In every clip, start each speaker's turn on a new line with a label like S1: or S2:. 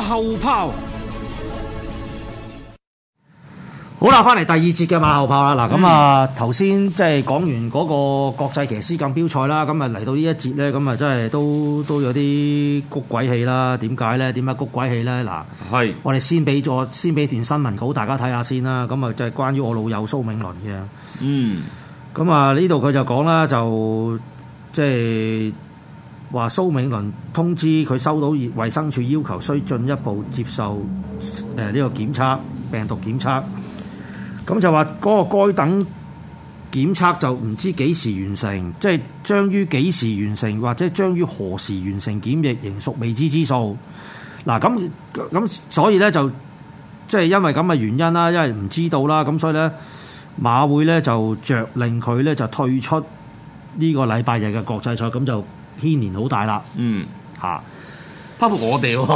S1: 後炮。
S2: 好啦，翻嚟第二節嘅馬後炮啦。嗱，咁啊頭先即係講完嗰個國際騎師錦標賽啦，咁啊嚟到呢一節咧，咁啊真係都都有啲谷鬼氣啦。點解咧？點解谷鬼氣咧？嗱，
S3: 係
S2: 我哋先俾咗先俾段新聞稿大家睇下先啦。咁啊就係關於我老友蘇銘倫嘅。
S3: 嗯
S2: 咁啊，呢度佢就講啦，就即係話蘇銘倫通知佢收到衛生署要求，需進一步接受誒呢個檢測病毒檢測。咁就話嗰個該等檢測就唔知幾時完成，即係將於幾時完成，或者將於何時完成檢疫，仍屬未知之數。嗱，咁咁所以咧就即係因為咁嘅原因啦，因為唔知道啦，咁所以咧。馬會咧就着令佢咧就退出呢個禮拜日嘅國際賽，咁就牽連好大啦
S3: 嗯，
S2: 嚇，
S3: 包括我哋喎，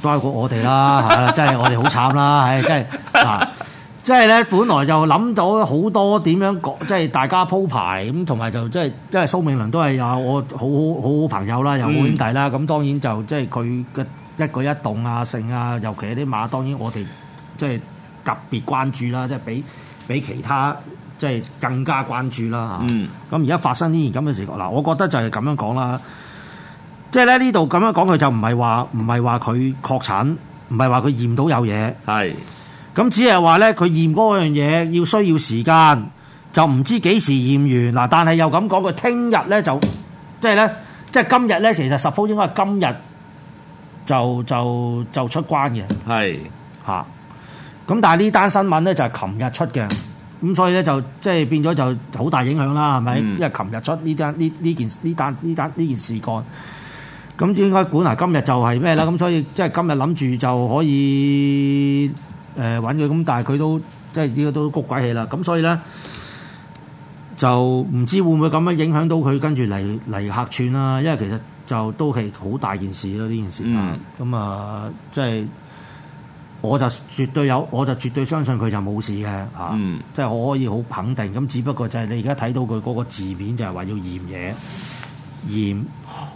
S2: 包括我哋啦，係啦，真係我哋好慘啦，唉，真係嗱，即係咧本來就諗到好多點樣講，即係大家鋪排咁，同埋就即係即係蘇銘倫都係有我好好好好朋友啦，有好兄弟啦，咁、當然就即係佢嘅一舉一動啊、性啊，尤其係啲馬，當然我哋即係特別關注啦，即係比比其他即係更加關注啦嚇。
S3: 嗯
S2: 咁而家發生呢件咁嘅事，嗱，我覺得就係咁樣講啦。即係咧呢度咁樣講，佢就唔係話唔係話佢確診，唔係話佢驗到有嘢，
S3: 係
S2: 咁只係話咧佢驗嗰樣嘢要需要時間，就唔知幾時驗完嗱。但係又咁講，佢聽日咧就即係咧，即係今日咧，其實 suppose 應該係今日就就就出關嘅。
S3: 係
S2: 嚇。咁但係呢單新聞咧就係琴日出嘅，咁所以咧就即係變咗就好大影響啦，係咪？
S3: 嗯
S2: 因為琴日出呢單呢呢件呢單呢單呢件事幹，咁應該本來今日就係咩啦，咁所以即係今日諗住就可以誒揾佢，咁但係佢都即係呢個都谷鬼氣啦，咁所以咧。就唔知會唔會咁樣影響到佢跟住嚟嚟客串啦，因為其實就都係好大件事咯，呢件事
S3: 嗯
S2: 咁啊、即係我就絕對有，我就絕對相信佢就冇事嘅嚇，
S3: 嗯
S2: 即係我可以好肯定。咁只不過就係你而家睇到佢嗰個字面就係話要驗嘢，驗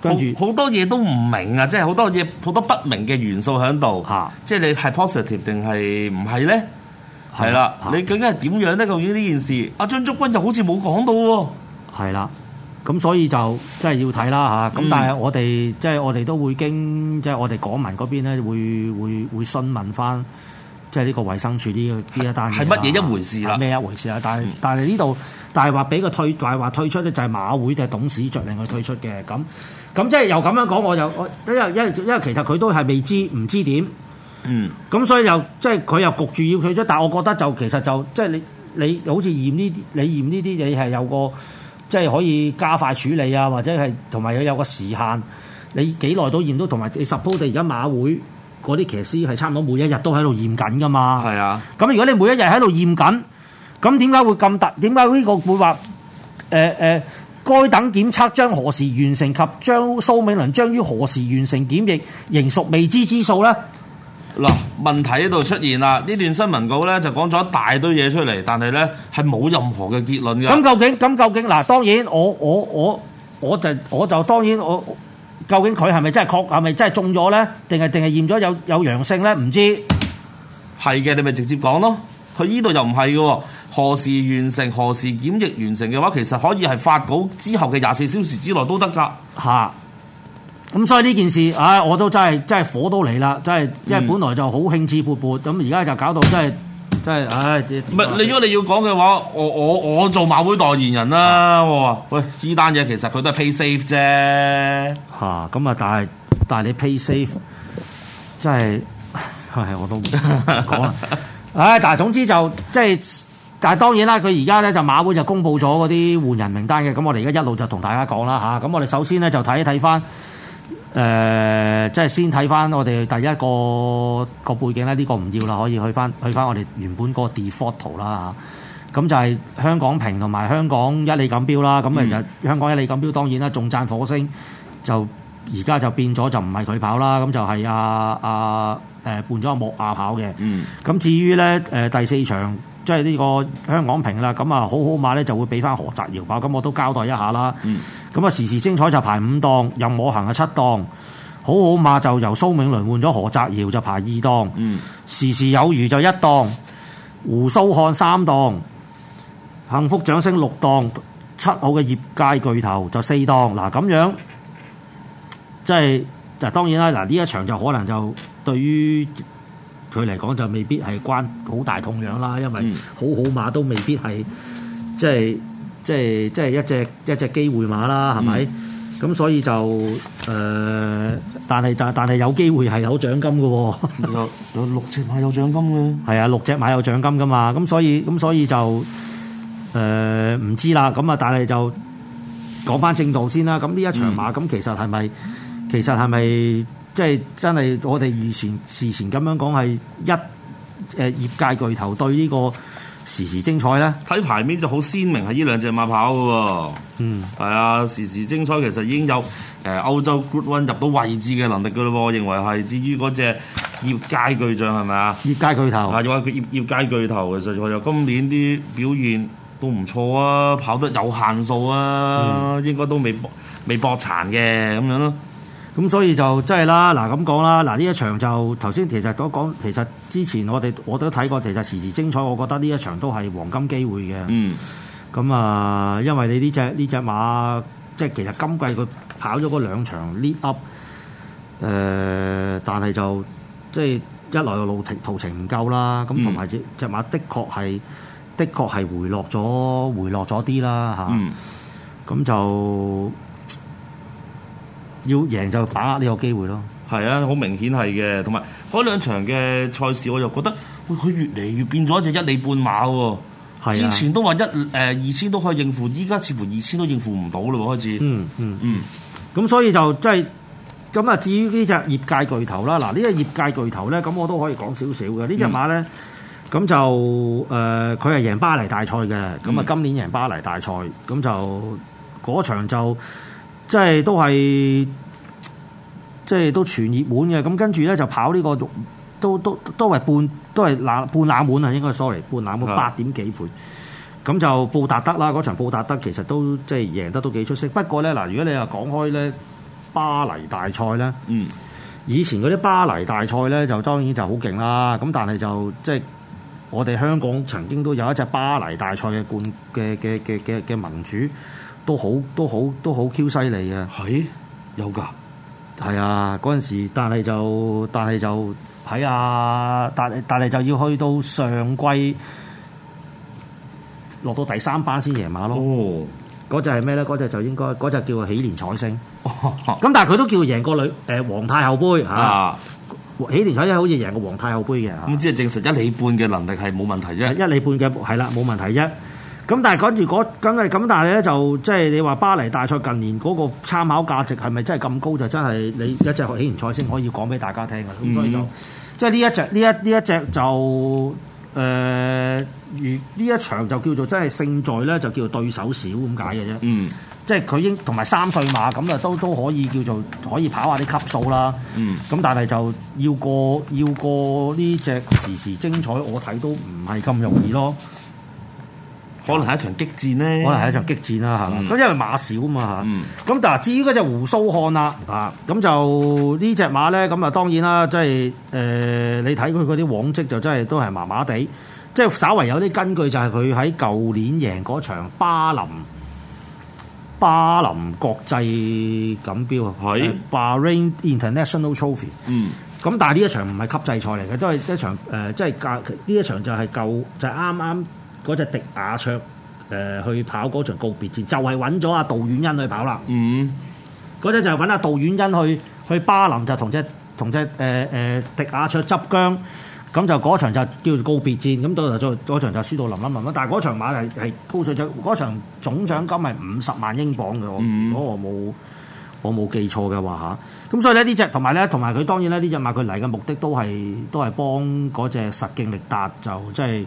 S2: 跟住
S3: 好好多嘢都唔明啊，即係好多嘢好多不明嘅元素喺度
S2: 嚇
S3: 即係你係 positive 定係唔係咧？
S2: 係
S3: 係啦，
S2: 嚇
S3: 你究竟係點樣咧？究竟呢件事，阿張竹君就好似冇講到喎。
S2: 係啦。咁所以就真係要睇啦嚇。咁
S3: 嗯
S2: 但係我哋即係我哋都會經即係我哋港民嗰邊咧，會會會詢問翻即係呢個衛生署呢個呢一單嘢啦啊
S3: 係乜嘢一回事啦嗯
S2: 係咩一回事啊？但係但係呢度但係話俾佢退，但係話退出咧就係馬會嘅董事着令佢退出嘅咁。咁即係又咁樣講，我就我因為因為因為其實佢都係未知唔知點。
S3: 嗯
S2: 咁所以又即係佢又焗住要佢出，但係我覺得就其實就即係你你好似驗呢啲，你驗呢啲你係有個即係可以加快處理啊，或者係同埋佢有個時限，你幾耐都驗到，同埋你 suppose 你而家馬會嗰啲騎師係差唔多每一日都喺度驗緊噶嘛。
S3: 係啊，
S2: 咁如果你每一日喺度驗緊，咁點解會咁突？點解呢個會話誒誒？該等檢測將何時完成及將蘇美倫將於何時完成檢疫，仍屬未知之數呢？
S3: 嗱，問題喺度出現啦。呢段新聞稿咧就講咗一大堆嘢出嚟，但係咧係冇任何嘅結論
S2: 咁
S3: 㗎。
S2: 究竟咁究竟嗱，當然我我我我就我就當然我究竟佢係咪真係確係咪真係中咗咧？定係定係驗咗有有陽性咧？唔知
S3: 係嘅，你咪直接講咯。佢呢度又唔係嘅喎。何時完成、何時檢疫完成嘅話，其實可以係發稿之後嘅廿四小時之內都得㗎。
S2: 嚇。咁所以呢件事，唉、我都真係真係火都嚟啦，真係即係
S3: 嗯
S2: 本來就好興致勃勃，咁而家就搞到真係真係，啊唉、
S3: 唔係，你如果你要講嘅話，我我我做馬會代言人啦。我話喂，呢單嘢其實佢都係 pay safe 啫。
S2: 嚇咁啊！但係但係你 pay safe，真係 係我都唔講啦。唉，但係總之就即係，但係當然啦，佢而家咧就馬會就公布咗嗰啲換人名單嘅。咁我哋而家一路就同大家講啦嚇。咁我哋首先咧就睇一睇翻。誒、即係先睇翻我哋第一個個背景啦，呢、個唔要啦，可以去翻去翻我哋原本嗰個 default 圖啦嚇。咁就係香港平同埋香港一哩錦標啦。咁其實香港一哩錦標當然啦，重讚火星就而家就變咗就唔係佢跑啦，咁就係阿阿誒換咗阿莫亞啊跑嘅。
S3: 嗯，
S2: 咁至於咧誒、第四場即係呢個香港平啦，咁啊好好馬咧就會俾翻何澤
S3: 嗯
S2: 耀跑，咁我都交代一下啦。咁啊、時時精彩就排五檔，任我行啊七檔，好好馬就由蘇銘倫換咗何澤堯就排二檔，
S3: 嗯，
S2: 時時有餘就一檔，胡蘇漢三檔，幸福掌聲六檔，七號嘅業界巨頭就四檔。嗱咁樣，即係嗱當然啦，嗱呢一場就可能就對於佢嚟講就未必係關好大痛癢啦，因為
S3: 嗯
S2: 好好馬都未必係即係即係即係一隻一隻機會馬啦，係咪？咁、所以就誒、呃但係但但係有機會係有獎金嘅喎、
S3: 嗯有有六隻馬有獎金嘅，
S2: 係啊，六隻馬有獎金噶嘛，咁所以咁所以就誒唔、知啦，咁啊，但係就講翻正道先啦。咁呢一場馬咁、其實係咪其實係咪即係真係我哋以前事前咁樣講係一誒、呃、業界巨頭對呢個時時精彩咧？
S3: 睇牌面就好鮮明係呢兩隻馬跑嘅喎。
S2: 嗯，
S3: 係啊，時時精彩其實已經有誒、呃、歐洲 Group One 入到位置嘅能力㗎咯喎，我認為係。至於嗰隻業界巨象係咪啊？
S2: 業界巨頭
S3: 啊，又話佢業業界巨頭，其實佢又今年啲表現都唔錯啊，跑得有限數啊，應該都未搏未搏殘嘅咁樣咯。
S2: 咁所以就真係啦，嗱咁講啦，嗱呢一場就頭先其實都講，其實之前我哋我都睇過，其實時時精彩，我覺得呢一場都係黃金機會嘅。
S3: 嗯，
S2: 咁啊，因為你呢只呢只馬，即係其實今季佢跑咗嗰兩場 lead up，誒、但係就即係一來個路程途程唔夠啦，咁
S3: 嗯
S2: 同埋只只馬的確係的確係回落咗回落咗啲啦嚇，
S3: 嗯，
S2: 咁、就要贏就把握呢個機會咯。
S3: 係啊，好明顯係嘅。同埋嗰兩場嘅賽事，我又覺得喂佢越嚟越變咗一隻一里半馬喎。
S2: 係
S3: 之
S2: 啊，
S3: 前都話一誒二千都可以應付，依家似乎二千都應付唔到咯喎，開始。
S2: 嗯嗯。
S3: 嗯，
S2: 咁所以就即係咁啊！至於呢只業界巨頭啦，嗱呢只業界巨頭咧，咁我都可以講少少嘅。呢只馬咧，咁就誒佢係贏巴黎大賽嘅，咁啊
S3: 嗯
S2: 今年贏巴黎大賽，咁就嗰場就即係都係即係都全熱門嘅。咁跟住咧就跑呢個肉都都都係半都係冷半冷門啊，應該 sorry 半冷門
S3: 係
S2: 八點幾倍。咁就布達德啦，嗰場布達德其實都即係贏得都幾出色。不過咧，嗱，如果你又講開咧巴黎大賽咧，
S3: 嗯，
S2: 以前嗰啲巴黎大賽咧就當然就好勁啦。咁但係就即係我哋香港曾經都有一隻巴黎大賽嘅冠嘅嘅嘅嘅嘅盟主，都好都好都好 Q 犀利嘅。
S3: 係有㗎。
S2: 係啊，嗰陣時，但係就但係就喺啊，但係但係就要去到上季落到第三班先贏馬咯。
S3: 哦，
S2: 嗰隻係咩咧？嗰隻就應該嗰隻叫做喜連彩星。
S3: 哦
S2: 咁但係佢都叫贏過女誒皇太后杯嚇、
S3: 啊，
S2: 喜連彩星好似贏過皇太后杯嘅嚇
S3: 咁即係證實一里半嘅能力係冇問題啫。
S2: 一里半嘅係啦，冇問題啫。咁但係趕住嗰咁啊咁，但係咧就即係你話巴黎大賽近年嗰個參考價值係咪真係咁高？就真係你一隻喜連賽先可以講俾大家聽嘅。咁、
S3: 嗯
S2: 所以就即係呢一隻呢一呢一隻就誒，如、呢一場就叫做真係勝在咧，就叫做對手少咁解嘅啫。
S3: 嗯
S2: 即係佢應同埋三歲馬咁啊，都都可以叫做可以跑下啲級數啦。
S3: 嗯
S2: 咁但係就要過要過呢只時時精彩，我睇都唔係咁容易咯。，
S3: 可能係一場激戰咧，
S2: 可能係一場激戰啦，係嘛？
S3: 嗯
S2: 咁因為馬少啊嘛
S3: 嗯
S2: 嚇。咁但係至於嗰只胡鬚漢啦，啊咁就呢只馬咧，咁啊當然啦，即係誒、呃你睇佢嗰啲往績就真係都係麻麻地，即係稍為有啲根據就係佢喺舊年贏嗰場巴林。巴林國際錦標啊，
S3: 係
S2: 呃 Bahrain International Trophy。
S3: 嗯
S2: 咁但係呢一場唔係級制賽嚟嘅，都係一場誒、呃即係隔呢一場就係舊就係啱啱嗰只迪亞卓誒、呃去跑嗰場告別戰，就係揾咗阿杜遠欣去跑啦。
S3: 嗯
S2: 嗰隻就係揾阿杜遠欣去去巴林就同只同只誒誒迪亞卓執僵，咁就嗰場就叫做告別戰，咁到頭再嗰場就輸到淋淋淋啦。但係嗰場馬係係高水獎，嗰場總獎金係五十萬英鎊嘅，我、
S3: 嗯
S2: 如果我冇。我冇記錯嘅話嚇，咁所以咧呢只同埋咧，同埋佢當然咧呢只馬佢嚟嘅目的都係都係幫嗰只實勁力達就即係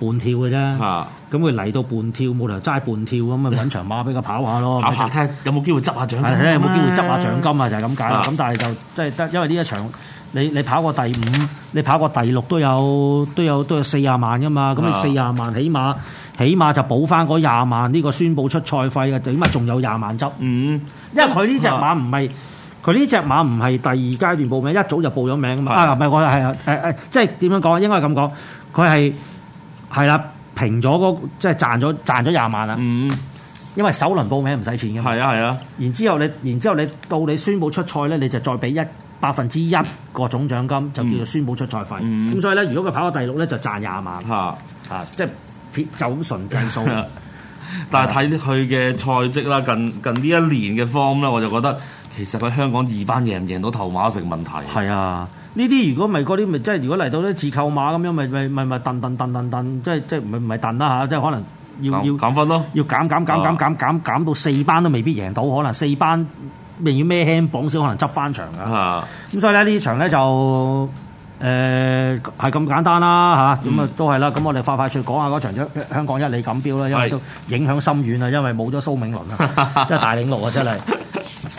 S2: 半跳嘅啫。
S3: 嚇，
S2: 咁佢嚟到半跳冇理由齋半跳咁咪揾場馬俾佢跑下咯。
S3: 跑下睇下有冇機會執下獎金，
S2: 係睇下有冇機會執下獎。金啊，就係咁解啦。
S3: 啊
S2: 咁但係就即係得，因為呢一場你你跑過第五，你跑過第六都有都有都有四廿萬噶嘛。咁你
S3: 啊
S2: 四廿萬起碼起碼就補翻嗰廿萬呢個宣佈出賽費嘅，起碼仲有廿萬執。
S3: 嗯
S2: 因為佢呢只馬唔係。佢呢只馬唔係第二階段報名，一早就報咗名噶嘛。
S3: 係
S2: 啊，唔係我係啊誒誒，即係點樣講？啊應該係咁講，佢係係啦，平咗嗰即係賺咗賺咗廿萬啦。
S3: 嗯，
S2: 因為首輪報名唔使錢噶嘛。
S3: 係啊係啊，
S2: 然之後你，然之後你到你宣佈出賽咧，你就再俾一百分之一個總獎金，就叫做宣佈出賽費。咁、
S3: 嗯
S2: 所以咧，如果佢跑到第六咧，就賺廿萬
S3: 嚇。
S2: 啊！即係撇就咁純計 數。啊
S3: 但係睇佢嘅賽績啦，近近呢一年嘅 form 咧，我就覺得其實佢香港二班贏唔贏到頭馬成問題。
S2: 係啊，呢啲如果唔係嗰啲，咪即係如果嚟到咧自購馬咁樣，咪咪咪咪蹬蹬蹬蹬蹬，即係即係唔係唔係蹬啦嚇，即係可能要要
S3: 減啊減分咯，
S2: 要減減減減減減減到四班都未必贏到，可能四班咪要孭輕磅先可能執翻場㗎。
S3: 嚇
S2: 咁所以咧呢場咧就誒係咁簡單啦嚇，咁
S3: 嗯
S2: 啊都係啦。咁我哋快快脆講下嗰場一香港一哩錦標啦，因為
S3: 係
S2: 都影響深遠啊，因為冇咗蘇銘倫 啊，真係大領路啊，真係。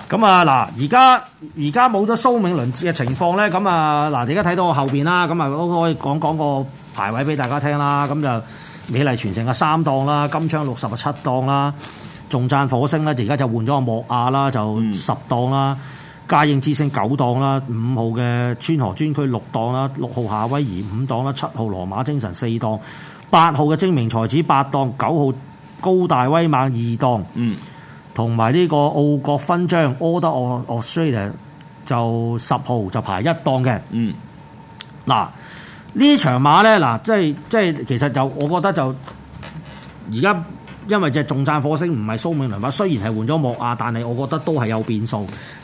S2: 咁啊嗱，而家而家冇咗蘇銘倫嘅情況咧，咁啊嗱，你而家睇到我後邊啦，咁啊我可以講講個排位俾大家聽啦，咁就美麗傳承嘅三檔啦，金槍六十啊七檔啦，仲讚火星咧，而家就換咗個莫亞啦，就
S3: 嗯
S2: 十檔啦。嘉應之星九檔啦，五號嘅川河專區六檔啦，六號夏威夷五檔啦，七號羅馬精神四檔，八號嘅精明才子八檔，九號高大威猛二檔，
S3: 嗯
S2: 同埋呢個澳國勳章 Order of Australia 就十號就排一檔嘅。
S3: 嗯
S2: 嗱，呢場馬咧，嗱，即係即係其實就我覺得就而家因為隻重贊火星唔係蘇銘倫馬，雖然係換咗莫亞，但係我覺得都係有變數。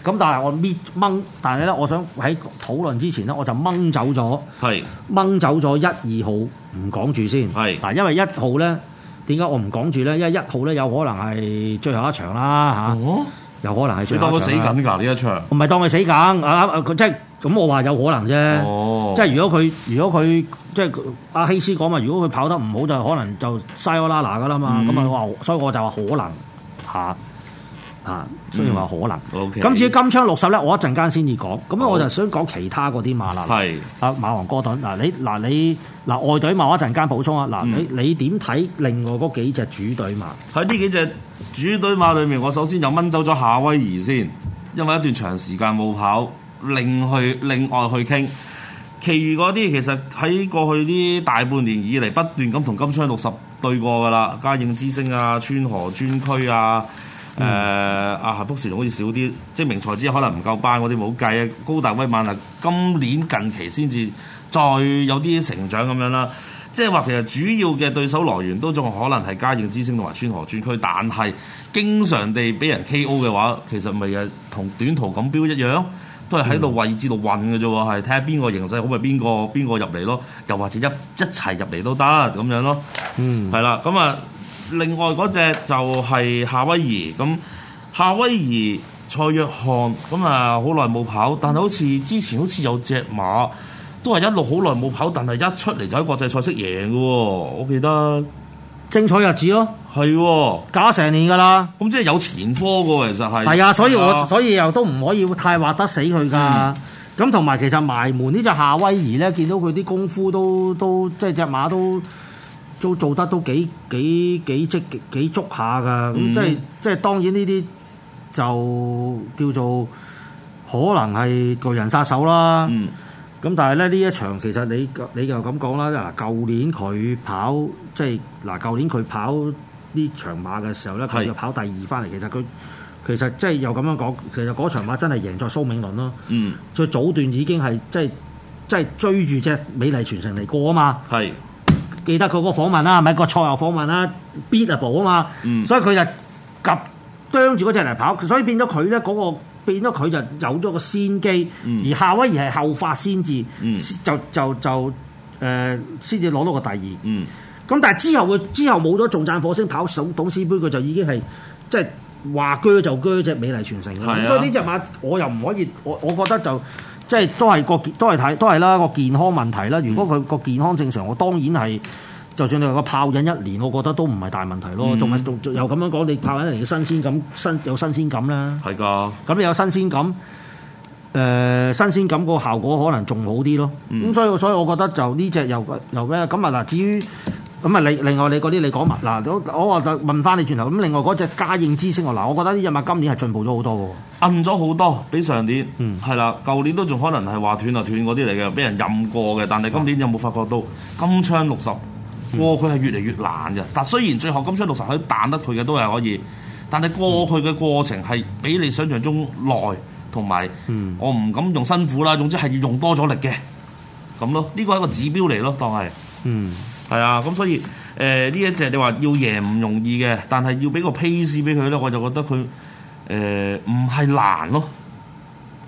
S2: 咁但係我搣掹，但係咧，我想喺討論之前咧，我就掹走咗
S3: 係
S2: 掹走咗一二號唔講住先。
S3: 係
S2: 嗱，因為一號咧點解我唔講住咧？因為一號咧有可能係最後一場啦嚇，
S3: 哦，
S2: 有可能係
S3: 你
S2: 最
S3: 當
S2: 後
S3: 佢
S2: 一
S3: 死
S2: 場啊啦。
S3: 緊㗎呢一場。
S2: 唔係當佢死梗啊！啊佢即係咁，我話有可能啫。
S3: 哦，
S2: 即係如果佢如果佢即係阿希斯講嘛，如果佢跑得唔好就可能就嘥咗拉拿噶啦嘛，
S3: 嗯
S2: 咁啊我話，所以我就話可能嚇嚇，雖然話可能。
S3: 嗯 OK，
S2: 咁至於金槍六十咧，我一陣間先至講。咁
S3: 好
S2: 我就想講其他嗰啲馬啦。
S3: 係
S2: 阿馬王哥頓嗱，你嗱你嗱外隊馬，我一陣間補充啊。嗱
S3: 嗯
S2: 你你點睇另外嗰幾隻主隊馬？
S3: 喺呢幾隻主隊馬裏面，我首先就掹走咗夏威夷先，因為一段長時間冇跑，另去另外去傾。其餘嗰啲其實喺過去呢大半年以嚟不斷咁同金槍六十對過㗎啦，嘉應之星啊、川河專區啊、誒、啊幸福時仲好似少啲，即係明才之可能唔夠班嗰啲冇計啊，高大威猛啊，今年近期先至再有啲成長咁樣啦。即係話其實主要嘅對手來源都仲可能係嘉應之星同埋川河專區，但係經常地俾人 K.O. 嘅話，其實咪係同短途錦標一樣，都係喺度位置度混嘅啫喎，係睇下邊個形勢好咪邊個邊個入嚟咯，又或者一一齊入嚟都得咁樣咯。
S2: 嗯，
S3: 係啦，咁啊，另外嗰只就係夏威夷，咁夏威夷蔡約翰咁啊，好耐冇跑，但係好似之前好似有隻馬都係一路好耐冇跑，但係一出嚟就喺國際賽識贏嘅喎，我記得
S2: 精彩日子咯，
S3: 係喎，
S2: 假成年㗎啦。
S3: 咁即係有前科嘅喎，其實係
S2: 係啊，所以
S3: 係嗯
S2: 我
S3: 啊
S2: 所以又都唔可以太話得死佢㗎。咁同埋其實埋門呢只夏威夷咧，見到佢啲功夫都都即係只馬都都做得都幾幾幾積極幾足下㗎。咁、
S3: 嗯
S2: 即係即係當然呢啲就叫做可能係巨人殺手啦。
S3: 嗯
S2: 咁但係咧呢一場其實你你又咁講啦，嗱舊年佢跑即係嗱舊年佢跑呢場馬嘅時候咧，佢
S3: 係
S2: 就跑第二翻嚟。其實佢其實即係又咁樣講，其實嗰場馬真係贏咗蘇銘倫咯。
S3: 嗯
S2: 佢早段已經係即係即係追住只美麗傳承嚟過啊嘛。
S3: 係
S2: 記得佢個訪問啦，係咪個賽後訪問啦，beatable 啊嘛，
S3: 嗯
S2: 所以佢就及啄住嗰只嚟跑，所以變咗佢咧嗰個變咗佢就有咗個先機，
S3: 嗯
S2: 而夏威夷係後發先至，
S3: 嗯
S2: 就就就誒先至攞到個第二。
S3: 嗯
S2: 咁但係之後佢之後冇咗重贊火星跑首董事杯，佢就已經係即係話鋸就鋸只美麗傳承啦。
S3: 係啊
S2: 所以呢只馬我又唔可以，我我覺得就即係都係個健都係睇都係啦個健康問題啦。如
S3: 嗯
S2: 果佢個健康正常，我當然係。就算你話個炮印一年，我覺得都唔係大問題咯。
S3: 嗯
S2: 仲係仲仲又咁樣講，你炮印一年嘅新鮮感，新有新鮮感啦。
S3: 係㗎，
S2: 咁你有新鮮感，誒、呃新鮮感個效果可能仲好啲咯。咁、
S3: 嗯
S2: 所以所以我覺得就呢只又又咩咁啊嗱，至於咁啊，另另外你嗰啲你講埋嗱，我我我就問翻你轉頭，咁另外嗰只家應之星喎嗱，我覺得呢只馬今年係進步咗好多嘅喎。
S3: 摁咗好多，比上年
S2: 嗯
S3: 係啦，舊、年都仲可能係話斷就啊斷嗰啲嚟嘅，俾人任過嘅。但係今年有冇發覺到金槍六十過佢係越嚟越難嘅？但雖然最後金槍六十可以彈得佢嘅都係可以，但係過佢嘅過程係比你想象中耐，同埋
S2: 嗯
S3: 我唔敢用辛苦啦，總之係要用多咗力嘅咁咯。呢個係一個指標嚟咯，當係。
S2: 嗯，
S3: 係啊，咁所以誒呃呢、一隻你話要贏唔容易嘅，但係要俾個 pace 俾佢咧，我就覺得佢誒唔係難咯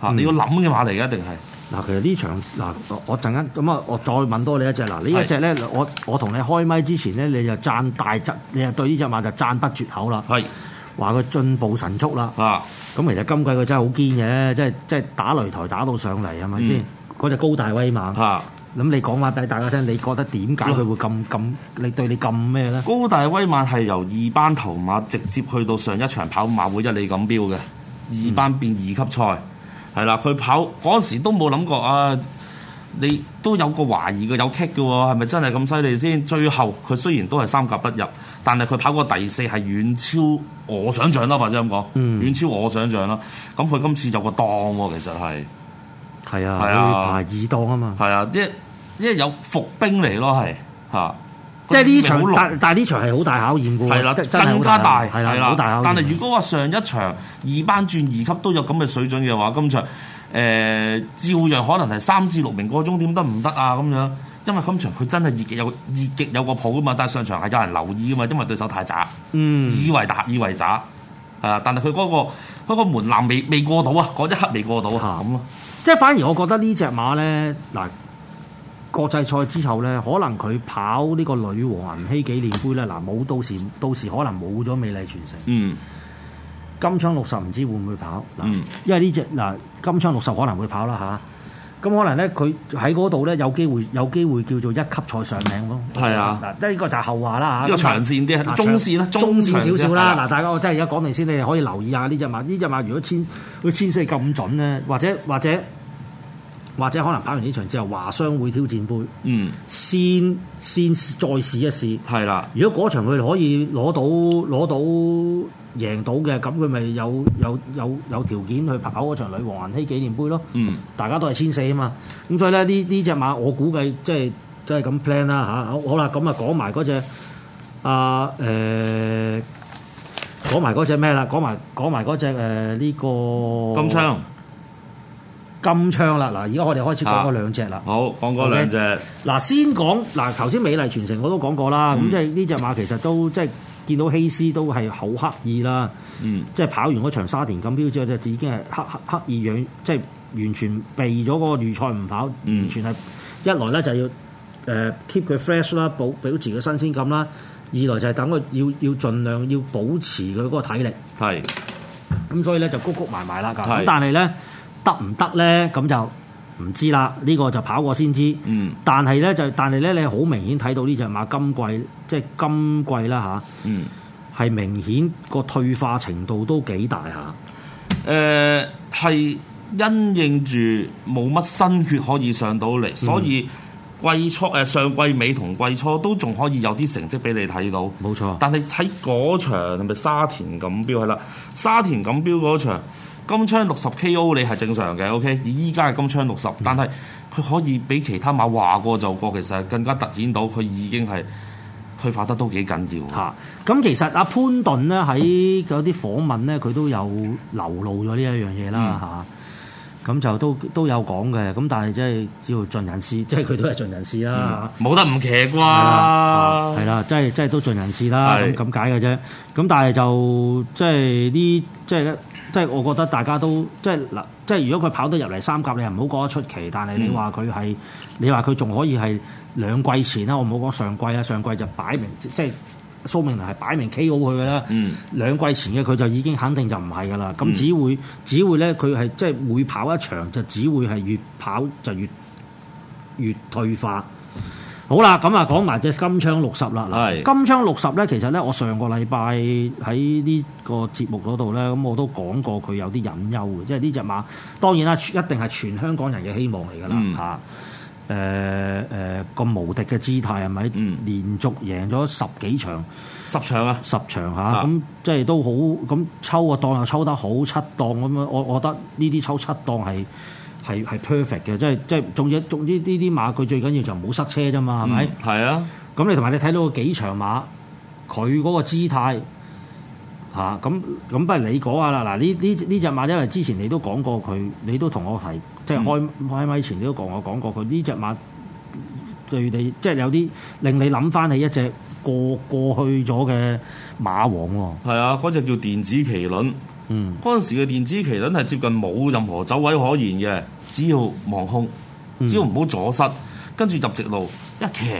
S3: 嚇，
S2: 嗯
S3: 你要諗嘅馬嚟嘅一定係
S2: 嗱，其實呢場嗱，我我陣間咁啊，我再問多你一隻嗱，呢一隻咧，我我同你開咪之前咧，你就讚大隻，你就對呢只馬就讚不絕口啦，
S3: 係
S2: 話佢進步神速啦。
S3: 啊，
S2: 咁其實今季佢真係好堅嘅，即係即係打擂台打到上嚟係咪先
S3: 嗯？
S2: 嗰隻高大威猛，咁
S3: 嚇
S2: 你講話俾大家聽，你覺得點
S3: 嗯
S2: 解佢會咁咁？你對你咁咩咧？
S3: 高大威猛係由二班頭馬直接去到上一場跑馬會一哩錦標嘅二班變二級賽係啦，佢跑嗰陣時都冇諗過啊。你都有個懷疑嘅，有 kick 嘅喎，係咪真係咁犀利先？最後佢雖然都係三甲不入，但係佢跑過第四係遠超我想象啦，或者咁講，
S2: 嗯
S3: 遠超我想象啦。咁佢今次有個檔喎，其實係
S2: 係啊，
S3: 係
S2: 佢
S3: 啊
S2: 排二檔啊嘛。
S3: 係啊，因為因為有伏兵嚟咯，係嚇，
S2: 即係呢場
S3: 好，濃
S2: 但但係呢場係好大考驗㗎喎。
S3: 係啦，
S2: 真真係好
S3: 更加大
S2: 考驗係啦，好大考驗。
S3: 但係如果話上一場二班轉二級都有咁嘅水準嘅話，今場誒、呃照樣可能係三至六名個鐘點得唔得啊？咁樣，因為今場佢真係熱極有熱極有個譜啊嘛，但係上場係有人留意啊嘛，因為對手太渣，
S2: 嗯
S3: 以為打以為渣，係啊，但係佢嗰個嗰、個門檻未未過到啊，嗰一刻未過到啊，
S2: 嚇
S3: 咁咯，
S2: 即係反而我覺得呢只馬咧，嗱國際賽之後咧，可能佢跑呢個女王銀禧紀念杯咧，嗱冇到時到時可能冇咗美麗傳承，
S3: 嗯
S2: 金槍六十唔知會唔會跑嗱，
S3: 嗯
S2: 因為呢只嗱金槍六十可能會跑啦吓，咁可能咧佢喺嗰度咧有機會有機會叫做一級賽上名咯。
S3: 係啊
S2: 嗱，即係呢個就係後話啦嚇。
S3: 呢個長線啲
S2: 啊嗱
S3: 中線啦啊
S2: 長
S3: 中
S2: 中
S3: 長
S2: 線少少
S3: 係
S2: 啦。
S3: 啦
S2: 嗱，大家我真係而家講定先，你哋可以留意下呢只馬。呢只馬如果千佢千四咁準咧，或者或者或者可能跑完呢場之後，華商會挑戰杯
S3: 嗯，
S2: 先先再試一試。
S3: 係啦，
S2: 如果嗰場佢可以攞到攞到贏到嘅，咁佢咪有有有有條件去跑嗰場女王銀禧紀念杯咯。
S3: 嗯
S2: 大家都係千四啊嘛，咁所以咧呢呢只馬我估計即係即係咁 plan 啦嚇。好好啦，咁啊講埋嗰只啊誒，講埋嗰只咩啦？講埋講埋嗰只誒呢個
S3: 金槍
S2: 金槍啦。嗱，而家我哋開始講
S3: 啊
S2: 嗰兩隻啦。
S3: 好講嗰兩隻，
S2: 嗱，先講嗱，頭先美麗傳承我都講過啦，咁
S3: 嗯
S2: 即係呢只馬其實都即係見到希斯都係好刻意啦，
S3: 嗯
S2: 即係跑完嗰場沙田錦標之後，就已經係刻刻刻意養，即係完全避咗嗰個預賽唔跑，
S3: 嗯
S2: 完全係一來咧就要誒、呃 keep 佢 fresh 啦，保保持佢新鮮感啦；二來就係等佢要要盡量要保持佢嗰個體力，
S3: 係
S2: 咁所以咧就谷谷埋埋啦咁。
S3: 係
S2: 咁但係咧得唔得咧咁就唔知啦，呢、個就跑過先知。
S3: 嗯
S2: 但係咧就，但係咧，你好明顯睇到呢只馬今季即係今季啦
S3: 嗯。
S2: 吓，係明顯個退化程度都幾大下。
S3: 誒呃係、因應住冇乜新血可以上到嚟，所以季初誒、呃上季尾同季初都仲可以有啲成績俾你睇到。
S2: 冇錯，
S3: 但係喺嗰場係咪沙田錦標係啦？沙田錦標嗰場金槍六十 K.O. 你係正常嘅，OK？而依家係金槍六十，但係佢可以比其他馬話過就過，其實更加突顯到佢已經係退化得都幾緊要。
S2: 嚇。咁其實阿潘頓咧喺嗰啲訪問咧，佢都有流露咗呢一樣嘢啦吓，咁就都都有講嘅，咁但係即係只要盡人事，即係佢都係盡人事啦。
S3: 冇得唔騎啩？
S2: 係啊啦，係啦，即係即係都盡人事啦，咁
S3: 啊係
S2: 咁解嘅啫。咁但係就即係呢，即係咧，即係我覺得大家都即係嗱，即係如果佢跑得入嚟三甲，你又唔好講得出奇。但係你
S3: 嗯
S2: 話佢係，你話佢仲可以係兩季前啦，我唔好講上季啦，上季就擺明即即係蘇明係擺明 K.O. 佢㗎啦。
S3: 嗯
S2: 兩季前嘅佢就已經肯定就唔係㗎啦，咁
S3: 嗯
S2: 只會、只會咧佢係即係每跑一場就只會係越跑就越越退化。好啦，咁啊講埋只金槍六十啦。嗱
S3: 係
S2: 金槍六十咧，其實咧我上個禮拜喺呢個節目嗰度咧，咁我都講過佢有啲隱憂嘅，即係呢只馬當然啦，一定係全香港人嘅希望嚟㗎啦
S3: 嗯
S2: 嚇。誒誒咁無敵嘅姿態係咪？
S3: 嗯
S2: 連續贏咗十幾場、
S3: 十場啊，
S2: 十場
S3: 啊
S2: 嚇，咁即係都好咁抽個檔又抽得好七檔咁樣，我我覺得呢啲抽七檔係。係係 perfect 嘅，即係即係，總之總之呢啲馬佢最緊要就唔好塞車啫嘛，係咪？
S3: 嗯？係啊，
S2: 咁你同埋你睇到個幾場馬，佢嗰個姿態嚇，咁咁不如你講下啦。嗱，呢呢呢只馬因為之前你都講過佢，你都同我提，即
S3: 嗯
S2: 係開開咪前你都同我講過佢呢只馬對你即係有啲令你諗翻起一隻過過去咗嘅馬王喎。
S3: 係啊，嗰只叫電子麒麟。
S2: 嗯，
S3: 嗰陣時嘅電子麒麟係接近冇任何走位可言嘅，只要望空，
S2: 嗯
S3: 只要唔好阻塞，跟住入直路一騎，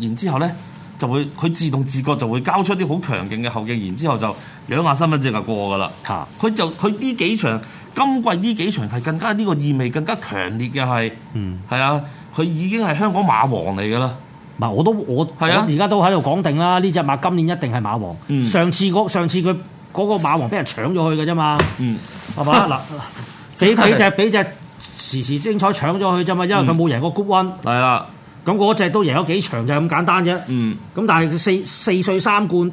S3: 然之後咧就會佢自動自覺就會交出啲好強勁嘅後勁，然之後就兩下身份證就過㗎啦。
S2: 嚇
S3: 佢就佢呢幾場今季呢幾場係更加呢個意味更加強烈嘅係，
S2: 嗯，
S3: 係啊，佢已經係香港馬王嚟㗎啦。
S2: 唔係我都我我
S3: 係啊
S2: 而家都喺度講定啦，呢只馬今年一定係馬王。
S3: 嗯
S2: 上次嗰上次佢嗰個馬王俾人搶咗去嘅啫嘛。
S3: 嗯，
S2: 係 嘛？嗱，俾俾只俾只時時精彩搶咗佢啫嘛，因為佢冇贏過 Group One，
S3: 係啦，
S2: 咁嗰只都贏咗幾場就係咁簡單啫。
S3: 嗯
S2: 咁但係佢四四歲三冠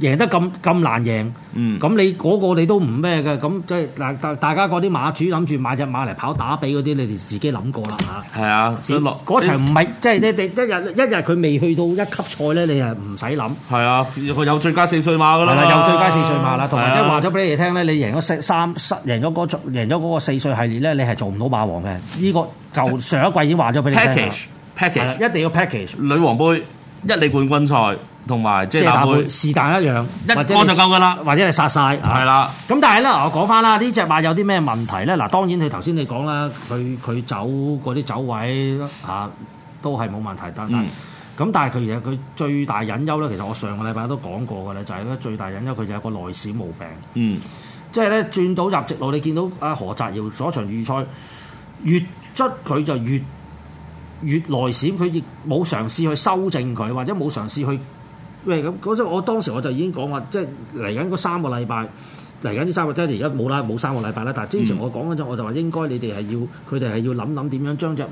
S2: 贏得咁咁難贏，
S3: 嗯，
S2: 咁你嗰個你都唔咩嘅，咁即係嗱大大家嗰啲馬主諗住買只馬嚟跑打比嗰啲，你哋自己諗過啦嚇。
S3: 係啊，所以落
S2: 嗰場唔係即係你哋一日一日佢未去到一級賽咧，你係唔使諗。
S3: 係啊，有有最佳四歲馬㗎啦
S2: 係
S3: 嘛，
S2: 啦，又最佳四歲馬啦，同埋即
S3: 係
S2: 係
S3: 啊
S2: 話咗俾你哋聽咧，你贏咗四三三贏咗嗰組贏咗嗰個四歲系列咧，你係做唔到馬王嘅。呢個就上一季已經話咗俾你聽啦
S3: package
S2: 係
S3: package
S2: 啦一定要 package，
S3: 女王杯一哩冠軍賽同埋
S2: 即
S3: 遮
S2: 係
S3: 打
S2: 打
S3: 杯
S2: 配，是但一樣，
S3: 一
S2: 或者
S3: 個
S2: 你嗯
S3: 就夠㗎啦
S2: 或者你殺晒
S3: 係
S2: 係。
S3: 啦，
S2: 咁但係咧，我講翻啦，呢只馬有啲咩問題咧？嗱，當然佢頭先你講啦，佢佢走嗰啲走位啊，都係冇問題得。
S3: 嗯
S2: 咁但係佢其實佢最大隱憂咧，其實我上個禮拜都講過㗎啦，就係、咧最大隱憂佢就有個內閃毛病。
S3: 嗯
S2: 即係咧轉到入直路，你見到阿何澤耀嗰場預賽越捽佢就越越內閃，佢亦冇嘗試去修正佢，或者冇嘗試去喂咁嗰陣，我當時我就已經講話，即係嚟緊嗰三個禮拜。嚟緊呢三個即係而家冇啦，冇三個禮拜啦。但係之前
S3: 嗯
S2: 我講嗰陣，我就話應該你哋係要，佢哋係要諗諗點樣將只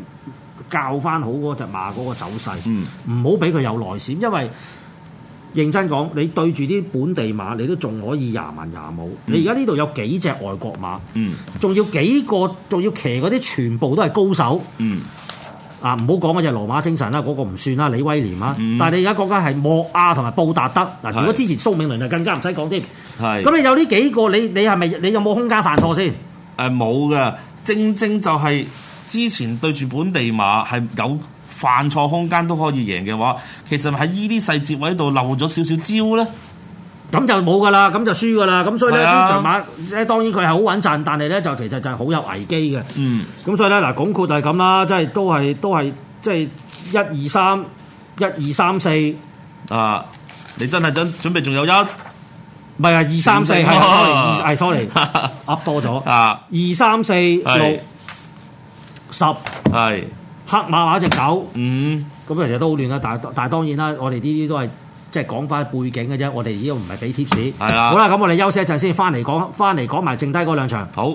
S2: 教翻好嗰只馬嗰個走勢。
S3: 嗯
S2: 唔好俾佢有內閃，因為認真講，你對住啲本地馬，你都仲可以廿文廿武。
S3: 嗯
S2: 你而家呢度有幾隻外國馬，
S3: 嗯
S2: 仲要幾個，仲要騎嗰啲全部都係高手
S3: 嗯
S2: 啊！唔好講嗰只羅馬精神啦，嗰、個唔算啦，李威廉啊。
S3: 嗯
S2: 但係你而家講緊係莫亞同埋布達德嗱，如果
S3: 係
S2: 之前蘇銘倫就更加唔使講添。
S3: 係
S2: 咁你有呢幾個，你你係咪你有冇空間犯錯先？
S3: 誒冇嘅，正正就係之前對住本地馬係有犯錯空間都可以贏嘅話，其實喺呢啲細節位度漏咗少少招咧，
S2: 咁就冇噶啦，咁就輸噶啦。咁所以咧
S3: 係啊
S2: 呢場馬咧當然佢係好穩陣，但係咧就其實就係好有危機嘅。
S3: 嗯
S2: 咁所以咧嗱，總括就係咁啦，即係都係都係即係一二三、一二三四，唔
S3: 啊，你真係準準備仲有一啊
S2: 係啊，二三四係
S3: 五
S2: 啊
S3: 四哦
S2: ，sorry，係 sorry，噏多咗，二三四
S3: 啊係
S2: 六十
S3: 係
S2: 黑馬或者隻狗，
S3: 嗯
S2: 咁其實都好亂啦。但係但係當然啦，我哋呢啲都係。即係講翻背景嘅啫，我哋呢度唔係俾 tips。
S3: 係啦
S2: 好啦，咁我哋休息一陣先，翻嚟講，翻嚟講埋剩低嗰兩場。
S3: 好。